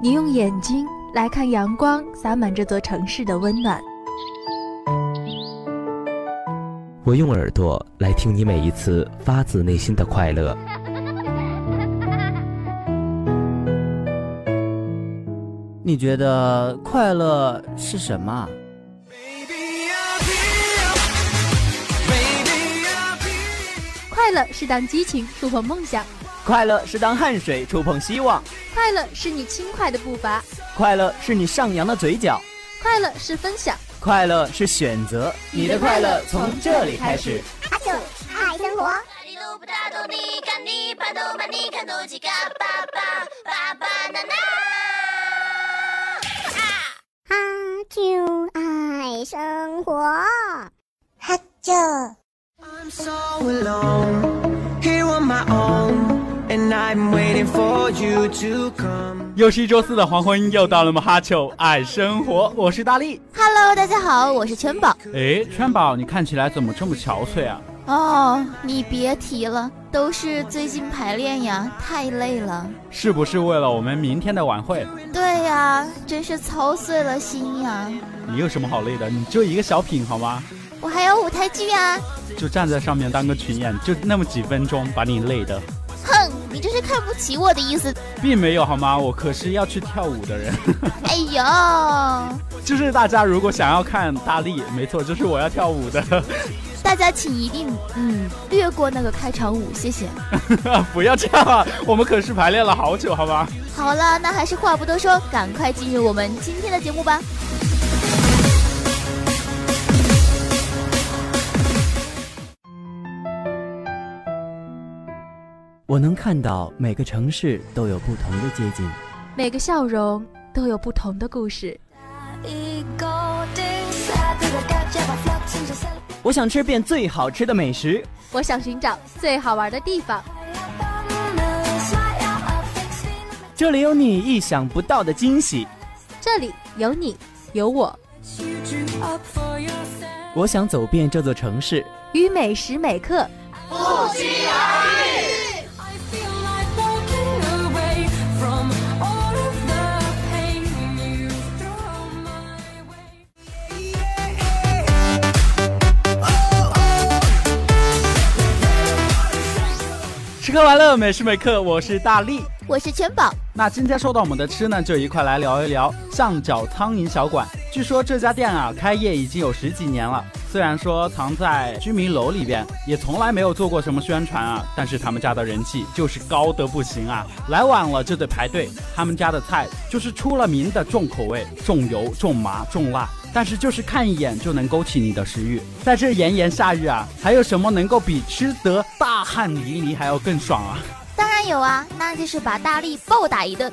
你用眼睛来看阳光洒满这座城市的温暖。我用耳朵来听你每一次发自内心的快乐。你觉得快乐是什么啊？快乐是当激情触碰梦想，快乐是当汗水触碰希望，快乐是你轻快的步伐，快乐是你上扬的嘴角，快乐是分享。快乐是选择。你的快乐从这里开始。阿九爱生活。阿九啊爱生活。阿九， I'm so alone, here on my own, and I'm waiting for you to come. 又是一周四的黄昏，又到了我们哈丘爱生活，我是大力。 Hello，大家好，我是全宝。哎，川宝，你看起来怎么这么憔悴啊？哦，你别提了，都是最近排练呀，太累了。是不是为了我们明天的晚会？对呀、真是操碎了心呀。你有什么好累的？你就一个小品好吗？我还有舞台剧啊！就站在上面当个群演，就那么几分钟，把你累的，哼，你这是看不起我的意思。并没有好吗？我可是要去跳舞的人。 哎呦，就是大家如果想要看大力，没错，就是我要跳舞的， 大家请一定嗯略过那个开场舞，谢谢。不要这样啊！我们可是排练了好久，好吗？好了，那还是话不多说，赶快进入我们今天的节目吧。我能看到每个城市都有不同的街景，每个笑容都有不同的故事。我想吃遍最好吃的美食。我想寻找最好玩的地方，这里有你意想不到的惊喜。这里有你，有我，我想走遍这座城市，与每时每刻。 I feel like walking away from all of the pain you throw my way. Oh, oh, 吃喝玩乐，每时每刻，我是大力。我是全宝，那今天说到我们的吃呢，就一块来聊一聊上角苍蝇小馆。据说这家店啊，开业已经有十几年了。虽然说藏在居民楼里边，也从来没有做过什么宣传啊，但是他们家的人气就是高得不行啊！来晚了就得排队。他们家的菜就是出了名的重口味、重油、重麻、重辣，但是就是看一眼就能勾起你的食欲。在这炎炎夏日啊，还有什么能够比吃得大汗淋漓还要更爽啊？当然有啊，那就是把大力暴打一顿。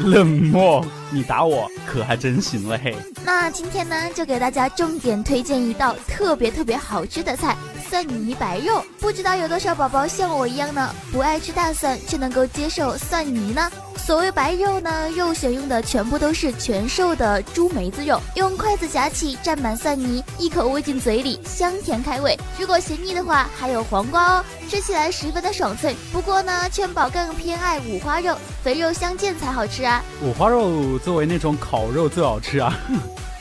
冷漠，你打我可还真行了嘿！那今天呢，就给大家重点推荐一道特别特别好吃的菜——蒜泥白肉。不知道有多少宝宝像我一样呢，不爱吃大蒜，却能够接受蒜泥呢？所谓白肉呢，肉选用的全部都是全瘦的猪梅子肉，用筷子夹起，蘸满蒜泥，一口喂进嘴里，香甜开胃。如果嫌腻的话，还有黄瓜哦，吃起来十分的爽脆。不过呢，圈宝更偏爱五花肉，肥肉相间才好吃啊。五花肉作为那种烤肉最好吃啊！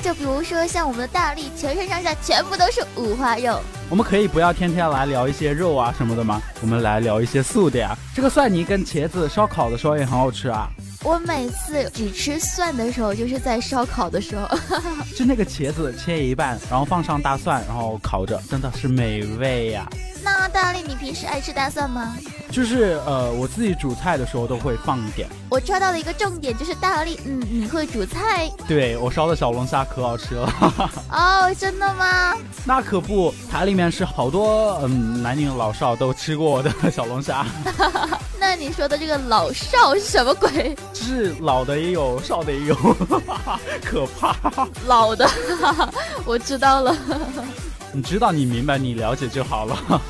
就比如说像我们的大力，全身上下全部都是五花肉。我们可以不要天天来聊一些肉啊什么的吗？我们来聊一些素的呀。这个蒜泥跟茄子烧烤的时候也很好吃啊，我每次只吃蒜的时候，就是在烧烤的时候。 就那个茄子切一半，然后放上大蒜，然后烤着，真的是美味呀、那大力，你平时爱吃大蒜吗？就是呃，我自己煮菜的时候都会放一点。我抓到了一个重点，就是大力，嗯，你会煮菜对我烧的小龙虾可好吃了。 哦？真的吗？那可不，台里面是好多嗯男女老少都吃过我的小龙虾，那你说的这个老少是什么鬼？ 就是老的也有，少的也有， 可怕。老的，我知道了。你知道，你明白，你了解就好了。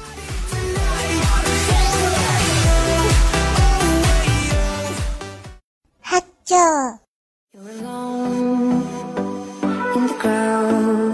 阿九， You're alone in the ground,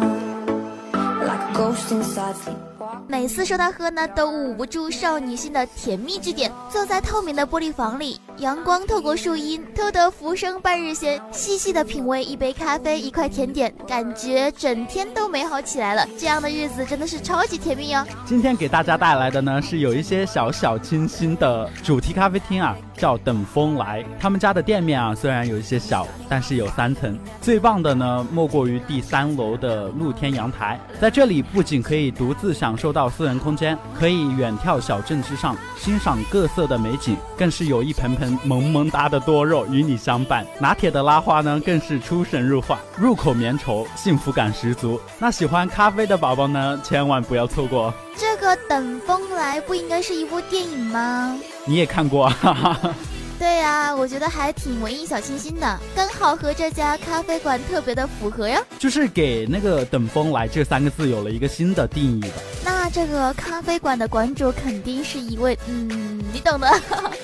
like a ghost inside sleepwalk. 每次说到喝呢，都捂不住少女心的甜蜜据点。坐在透明的玻璃房里，阳光透过树荫，偷得浮生半日闲，细细的品味一杯咖啡，一块甜点，感觉整天都美好起来了。这样的日子真的是超级甜蜜啊哟、今天给大家带来的呢，是有一些小小清新的主题咖啡厅啊，叫等风来。他们家的店面啊，虽然有一些小，但是有三层。最棒的呢，莫过于第三楼的露天阳台，在这里不仅可以独自享受到私人空间，可以远眺小镇之上，欣赏各色的美景，更是有一盆盆萌萌哒的多肉与你相伴。拿铁的拉花呢，更是出神入化，入口绵稠，幸福感十足。那喜欢咖啡的宝宝呢，千万不要错过哦。这个等风来不应该是一部电影吗？你也看过，哈哈哈。对啊，我觉得还挺文艺小清新的，刚好和这家咖啡馆特别的符合呀。 就是给那个“等风来”这三个字有了一个新的定义吧。那这个咖啡馆的馆主肯定是一位，嗯，你懂的。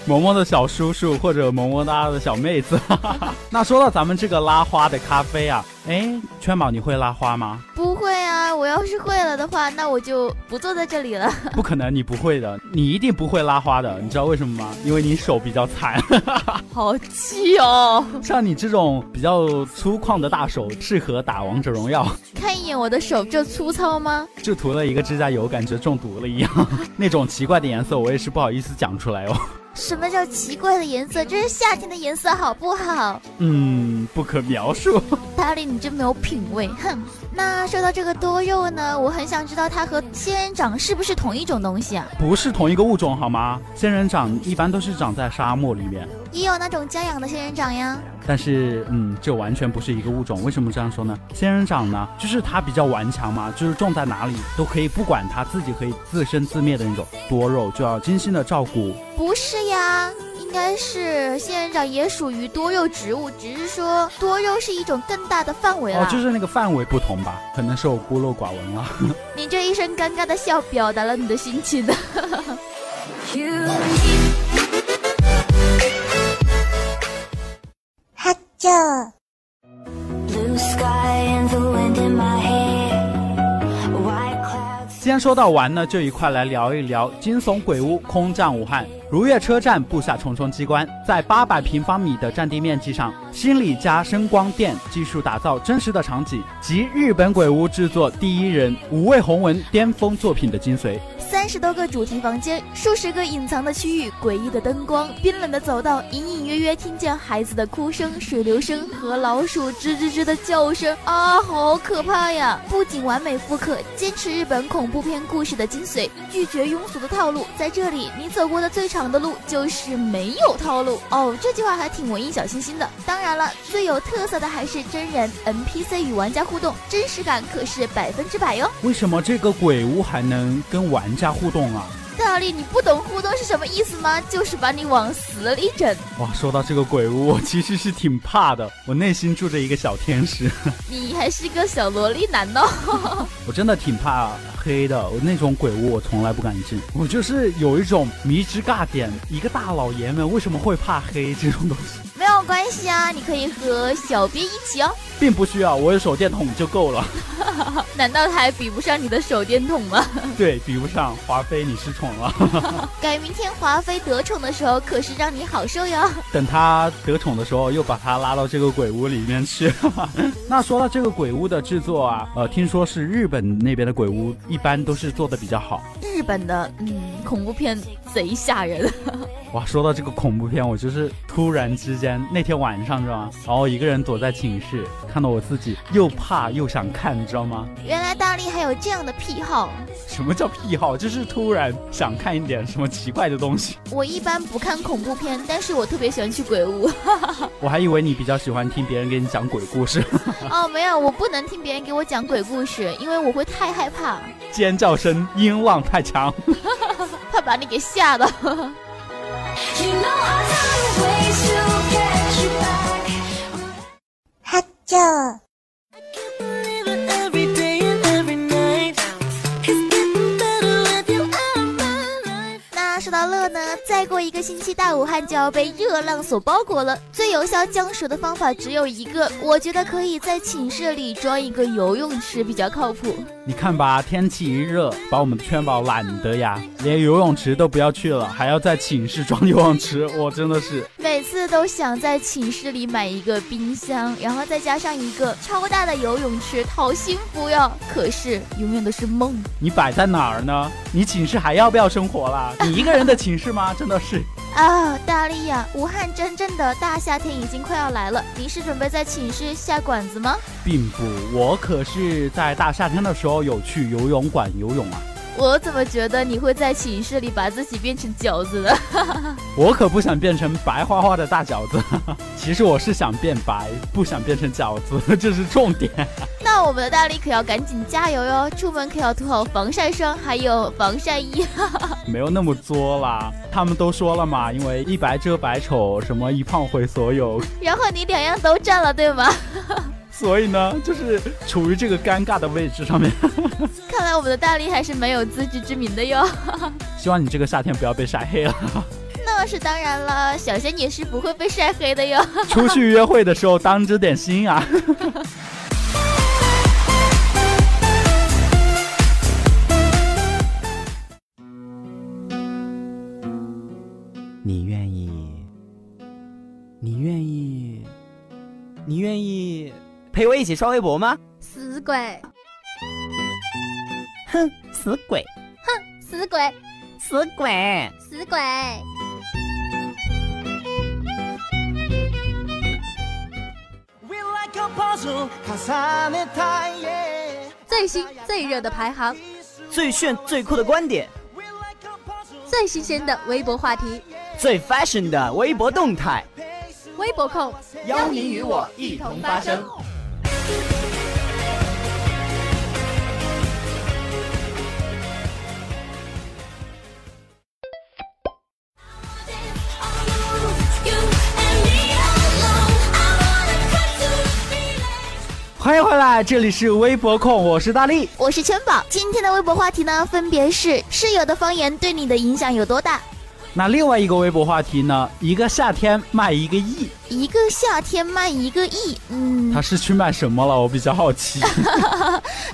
萌萌的小叔叔或者萌萌哒的小妹子。 哈哈哈。那说到咱们这个拉花的咖啡啊，哎，圈宝你会拉花吗？不会啊，我要是会了的话，那我就不坐在这里了。不可能，你不会的，你一定不会拉花的。你知道为什么吗？因为你手比较残。 好气哦！ 像你这种比较粗犷的大手，适合打王者荣耀。 看一眼我的手，这粗糙吗？就涂了一个指甲油，感觉中毒了一样。 那种奇怪的颜色，我也是不好意思讲出来哦。什么叫奇怪的颜色？这是夏天的颜色，好不好？嗯，不可描述。大力，你真没有品味，哼。那说到这个多肉呢，我很想知道它和仙人掌是不是同一种东西啊？不是同一个物种好吗？仙人掌一般都是长在沙漠里面，也有那种家养的仙人掌呀。但是嗯，这完全不是一个物种。为什么这样说呢？仙人掌呢，就是它比较顽强嘛，就是种在哪里都可以，不管它自己可以自生自灭的那种。多肉就要精心的照顾。不是呀，应该是仙人掌也属于多肉植物，只是说多肉是一种更大的范围了。哦，就是那个范围不同吧，可能是我孤陋寡闻了。啊你这一声尴尬的笑，表达了你的心情的。 You 哈啾， blue sky and the wind in my hair, white clouds. 既然说到玩呢，就一块来聊一聊惊悚鬼屋空降武汉如月车站布下重重机关，在八百平方米的占地面积上，心理加声光电技术打造真实的场景，集日本鬼屋制作第一人五味红文巅峰作品的精髓。三十多个主题房间，数十个隐藏的区域，诡异的灯光，冰冷的走道，隐隐约约听见孩子的哭声、水流声和老鼠吱吱吱的叫声啊，好可怕呀！不仅完美复刻，坚持日本恐怖片故事的精髓，拒绝庸俗的套路。在这里，你走过的最长的路就是没有套路哦。这句话还挺文艺小清新的。当然了，最有特色的还是真人 NPC 与玩家互动，真实感可是百分之百哟。为什么这个鬼屋还能跟玩家互动啊？大力，你不懂互动是什么意思吗？就是把你往死里整。哇，说到这个鬼屋，我其实是挺怕的，我内心住着一个小天使，你还是个小萝莉男呢。我真的挺怕黑的，我那种鬼屋我从来不敢进，我就是有一种迷之尬点，一个大老爷们为什么会怕黑这种东西， 没有关系啊，你可以和小编一起哦。并不需要，我有手电筒就够了。 难道还比不上你的手电筒吗？ 对比不上华妃，你失宠了。 改明天华妃得宠的时候，可是让你好受哟。等他得宠的时候，又把他拉到这个鬼屋里面去。 那说到这个鬼屋的制作啊，呃，听说是日本那边的鬼屋一般都是做的比较好。日本的嗯恐怖片贼吓人， 哇，说到这个恐怖片，我就是突然之间那天晚上，知道吗？然后一个人躲在寝室，看到我自己又怕又想看，你知道吗？原来大力还有这样的癖好。什么叫癖好？就是突然想看一点什么奇怪的东西。我一般不看恐怖片，但是我特别喜欢去鬼 屋。我还以为你比较喜欢听别人给你讲鬼故事， 哦，没有，我不能听别人给我讲鬼故事，因为我会太害怕，尖叫声音浪太强。怕把你给吓到。 You know I found ways to get you back. 哈啾。 Believe it every day and every night. It's getting better with you out of my life. 那说到乐呢，再过一个星期期大武汉就要被热浪所包裹了，最有效降暑的方法只有一个，我觉得可以在寝室里装一个游泳池比较靠谱。你看吧，天气一热，把我们的圈宝懒得呀，连游泳池都不要去了，还要在寝室装游泳池，我真的是每次都想在寝室里买一个冰箱，然后再加上一个超大的游泳池，好幸福哟！可是永远都是梦。你摆在哪儿呢？你寝室还要不要生活啦？你一个人的寝室吗？真的是。啊，大力呀、武汉真正的大夏天已经快要来了，你是准备在寝室下馆子吗？并不，我可是在大夏天的时候有去游泳馆游泳啊！我怎么觉得你会在寝室里把自己变成饺子呢？我可不想变成白花花的大饺子， 其实我是想变白，不想变成饺子， 这是重点。那我们的大力可要赶紧加油哟，出门可要涂好防晒霜，还有防晒衣。 没有那么作啦，他们都说了嘛，因为一白遮百丑，什么一胖毁所有，然后你两样都占了，对吗？ 所以呢，就是处于这个尴尬的位置上面。 看来我们的大力还是蛮有自知之明的哟。 希望你这个夏天不要被晒黑了。那是当然了，小仙也是不会被晒黑 的哟。出去约会的时候当着点心啊！你愿意？你愿意？你愿意陪我一起刷微博吗？死鬼，哼，死鬼，死鬼，死鬼！死鬼！ We're like a puzzle, 重ねたい yeah 最新最热的排行，最炫最酷的观点， We're like a puzzle, 最新鲜的微博话题，最 fashion 的微博动态，微博控邀您与我一同发声。 You and me alone. I wanna cut to feeling. 欢迎回来，这里是微博控，我是大力。我是圈宝，今天的微博话题呢，分别是室友的方言对你的影响有多大？那另外一个微博话题呢？一个夏天卖一个亿，一个夏天卖一个亿，嗯他，是去卖什么了？我比较好 奇。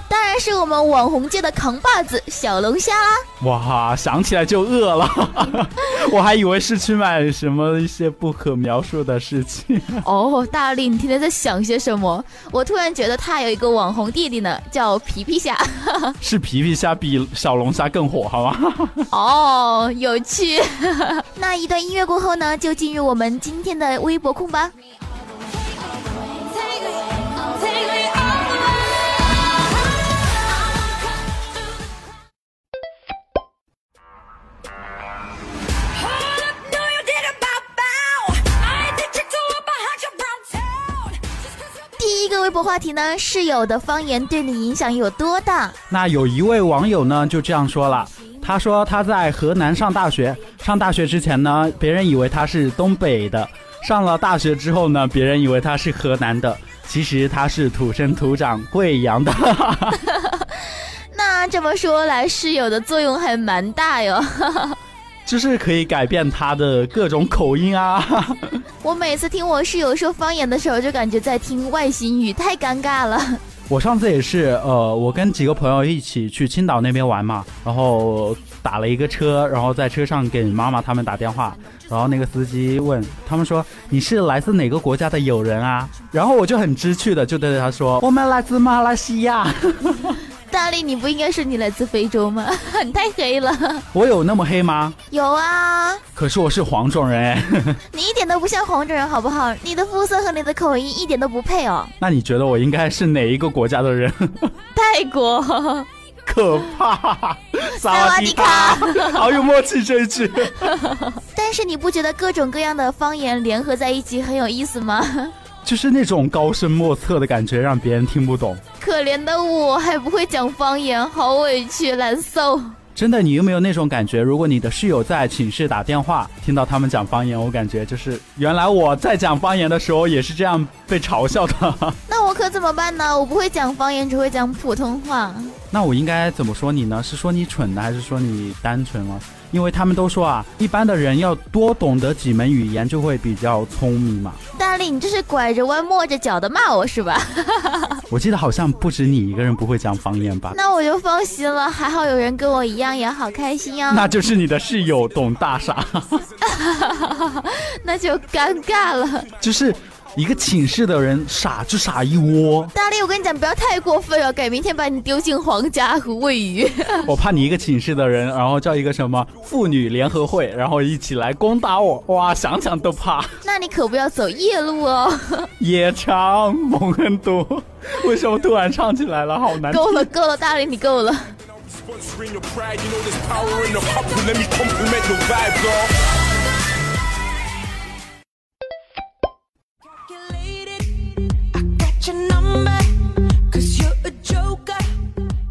当然是我们网红界的扛把子小龙虾啦。哇，想起来就饿了， 我还以为是去卖什么一些不可描述的事情。哦，大力，你天天在想些什么？我突然觉得他有一个网红弟弟呢，叫皮皮 虾。是皮皮虾比小龙虾更火，好吗？哦，有趣。 那一段音乐过后呢，就进入我们今天的微博控吧。 Take me all the way. 第一个微博话题呢，室友的方言对你影响有多大？ 那有一位网友呢，就这样说了。他说他在河南上大学，上大学之前呢，别人以为他是东北的；上了大学之后呢，别人以为他是河南的，其实他是土生土长贵阳的。那这么说来，室友的作用还蛮大哟。 就是可以改变他的各种口音啊。 我每次听我室友说方言的时候，就感觉在听外星语，太尴尬了。 我上次也是，呃，我跟几个朋友一起去青岛那边玩嘛，然后打了一个车，然后在车上给妈妈他们打电话，然后那个司机问他们说你是来自哪个国家的友人啊？然后我就很知趣的就对着他说我们来自马来西亚。 大力，你不应该说你来自非洲吗？ 你太黑了。我有那么黑吗？有啊，可是我是黄种人 哎，你一点都不像黄种人，好不好？你的肤色和你的口音一点都不配哦。那你觉得我应该是哪一个国家的人？ 泰国，可怕，萨瓦迪卡， 好有默契这一句。但是你不觉得各种各样的方言联合在一起很有意思吗？ 就是那种高深莫测的感觉，让别人听不懂。可怜的我还不会讲方言，好委屈，难受。真的，你有没有那种感觉？如果你的室友在寝室打电话，听到他们讲方言，我感觉就是原来我在讲方言的时候也是这样被嘲笑的。 那我可怎么办呢？我不会讲方言，只会讲普通话。那我应该怎么说你呢？是说你蠢呢，还是说你单纯了？因为他们都说啊，一般的人要多懂得几门语言就会比较聪明嘛。大力，你这是拐着弯抹着脚的骂我是吧？我记得好像不止你一个人不会讲方言吧？那我就放心了，还好有人跟我一样也好开心啊呀、 那就是你的室友董大傻。 那就尴尬了。 就是一个寝室的人傻就傻一窝，大力，我跟你讲，不要太过分了，改明天把你丢进黄家湖喂鱼。 我怕你一个寝室的人，然后叫一个什么妇女联合会，然后一起来攻打我，哇，想想都怕。那你可不要走夜路 哦。夜长梦很多，为什么突然唱起来了？好难听。够了，够了，大力，你够了。 Got your number, cause you're a joker.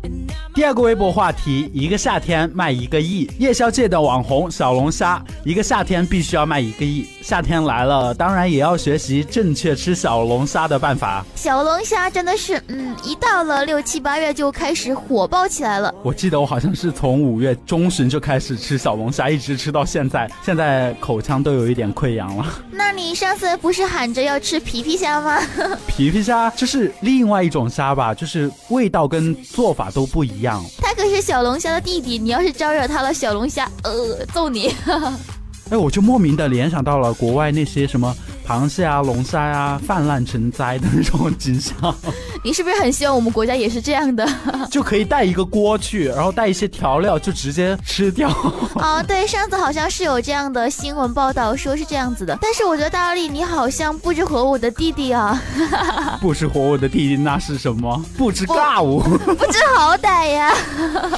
And I'm 第二个微博话题：一个夏天卖一个亿。夜宵界的网红小龙虾，一个夏天必须要卖一个亿。夏天来了，当然也要学习正确吃小龙虾的办法。小龙虾真的是，嗯，一到了六七八月就开始火爆起来了。我记得我好像是从五月中旬就开始吃小龙虾，一直吃到现在，现在口腔都有一点溃疡了。那你上次不是喊着要吃皮皮虾吗？ 皮皮虾就是另外一种虾吧，就是味道跟做法都不一样。它可是小龙虾的弟弟，你要是招惹它了，小龙虾呃揍你。哎，我就莫名的联想到了国外那些什么螃蟹啊、龙虾啊泛滥成灾的那种景 象， 你是不是很希望我们国家也是这样的？就可以带一个锅去，然后带一些调料就直接吃掉。 哦，对，上次好像是有这样的新闻报道，说是这样子的。但是我觉得大力，你好像不知火舞的弟弟啊， 不知火舞的弟弟那是什么？不知尬舞。不知好歹呀。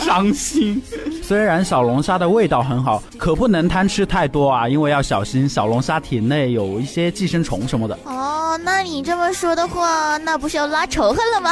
伤心。虽然小龙虾的味道很好，可不能贪吃太多啊，因为要小心小龙虾体内有一些寄生虫什么的。哦，那你这么说的话，那不是要拉仇恨了吗？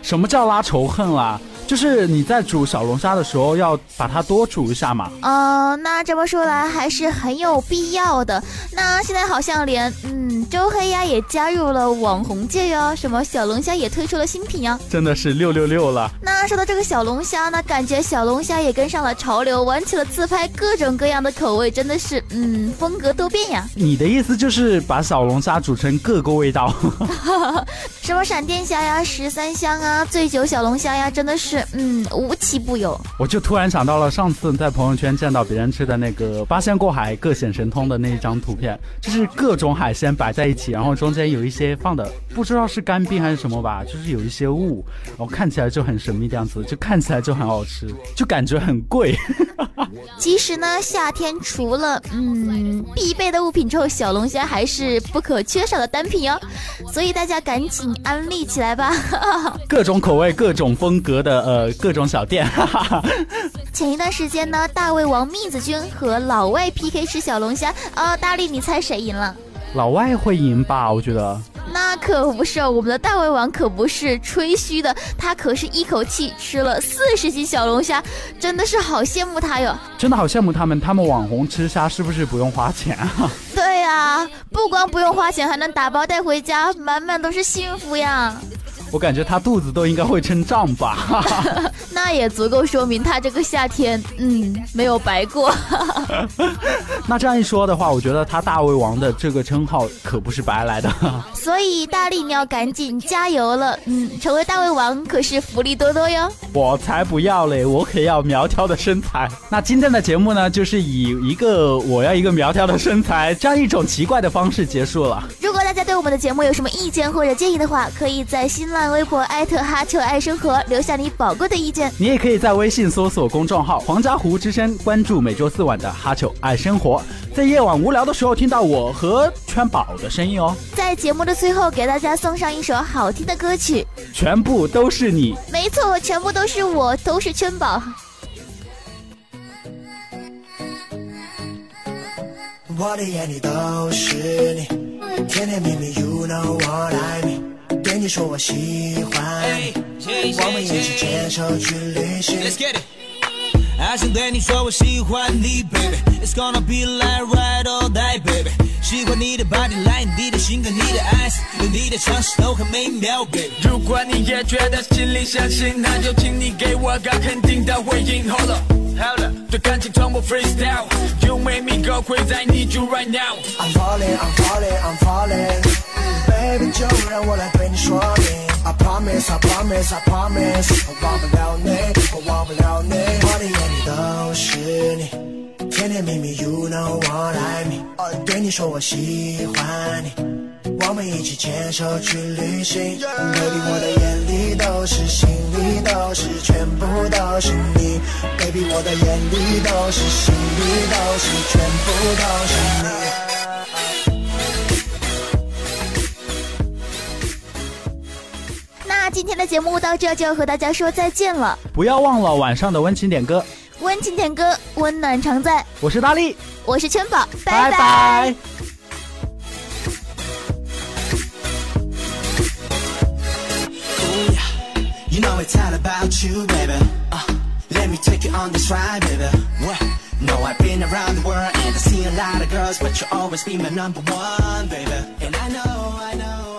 什么叫拉仇恨啦、就是你在煮小龙虾的时候，要把它多煮一下嘛。嗯、那这么说来还是很有必要的。那现在好像连嗯周黑鸭也加入了网红界哟，什么小龙虾也推出了新品呀。啊真的是六六六了，那说到这个小龙虾呢，感觉小龙虾也跟上了潮流，玩起了自拍，各种各样的口味，真的是嗯风格多变呀。你的意思就是把小龙虾煮成各个味道？ 什么闪电虾呀、十三香啊、醉酒小龙虾呀，真的是嗯无奇不有。我就突然想到了上次在朋友圈见到别人吃的那个八仙过海各显神通的那一张图片，就是各种海鲜摆在一起，然后中间有一些放的不知道是干冰还是什么吧，就是有一些雾，然后看起来就很神秘的样子，就看起来就很好吃，就感觉很贵。其实呢，夏天除了嗯必备的物品之后，小龙虾还是不可缺少的单品哟。所以大家赶紧安利起来吧。 各种口味、各种风格的呃各种小店，哈哈哈。前一段时间呢，大胃王蜜子君和老外 PK 吃小龙虾，哦，大力你猜谁赢了？ 老外会赢吧？我觉得那可不是，我们的大胃王可不是吹嘘的，他可是一口气吃了四十斤小龙虾，真的是好羡慕他哟。真的好羡慕他们，他们网红吃虾是不是不用花钱啊？对呀、不光不用花钱，还能打包带回家，满满都是幸福呀。 我感觉他肚子都应该会撑胀吧。哈哈那也足够说明他这个夏天，嗯，没有白过。 那这样一说的话，我觉得他大胃王的这个称号可不是白来的。 所以大力，你要赶紧加油了，嗯，成为大胃王可是福利多多哟。 我才不要嘞，我可要苗条的身材。那今天的节目呢，就是以一个我要一个苗条的身材这样一种奇怪的方式结束了。如果大家对我们的节目有什么意见或者建议的话，可以在新浪微博艾特哈秋爱生活留下你宝贵的意见。你也可以在微信搜索公众号“黄家湖之声”，关注每周四晚的《哈秋爱生活》，在夜晚无聊的时候听到我和圈宝的声音哦，在节目的最后，给大家送上一首好听的歌曲。全部都是你。没错，全部都是我，都是圈宝。我的眼里都是你，甜甜蜜蜜，You know what I mean。对你说我喜欢你，我们一起牵手去旅行。 Let's get it。爱上对你说我喜欢你，baby，It's gonna be like right or die，baby。喜欢你的 body，来你的性格，你的 eyes，你的常识都很美妙，baby。如果你也觉得心里相信，那就请你给我个肯定的回应。Hold up，Hold up，对感情从不 freestyle，you make me go crazy，I need you right now。 I'm falling, I'm falling, I'm falling。Baby，就让我来对你说明。I promise, I promise, I promise，我忘不了你，我忘不了你。我的眼里都是你，甜甜蜜蜜，You know what I mean。哦，对你说我喜欢你。我们一起牵手去旅行，baby，我的眼里都是，心里都是，全部都是你，baby，我的眼里都是，心里都是，全部都是你。那今天的节目到这就要和大家说再见了，不要忘了晚上的温情点歌。温情点歌，温暖常在。我是大力，我是圈宝，拜拜 Ooh, yeah. You know it's all about you, baby. Uh, let me take you on this ride, baby. What? No, I've been around the world and I see a lot of girls, but you always be my number one, baby. And I know, I know.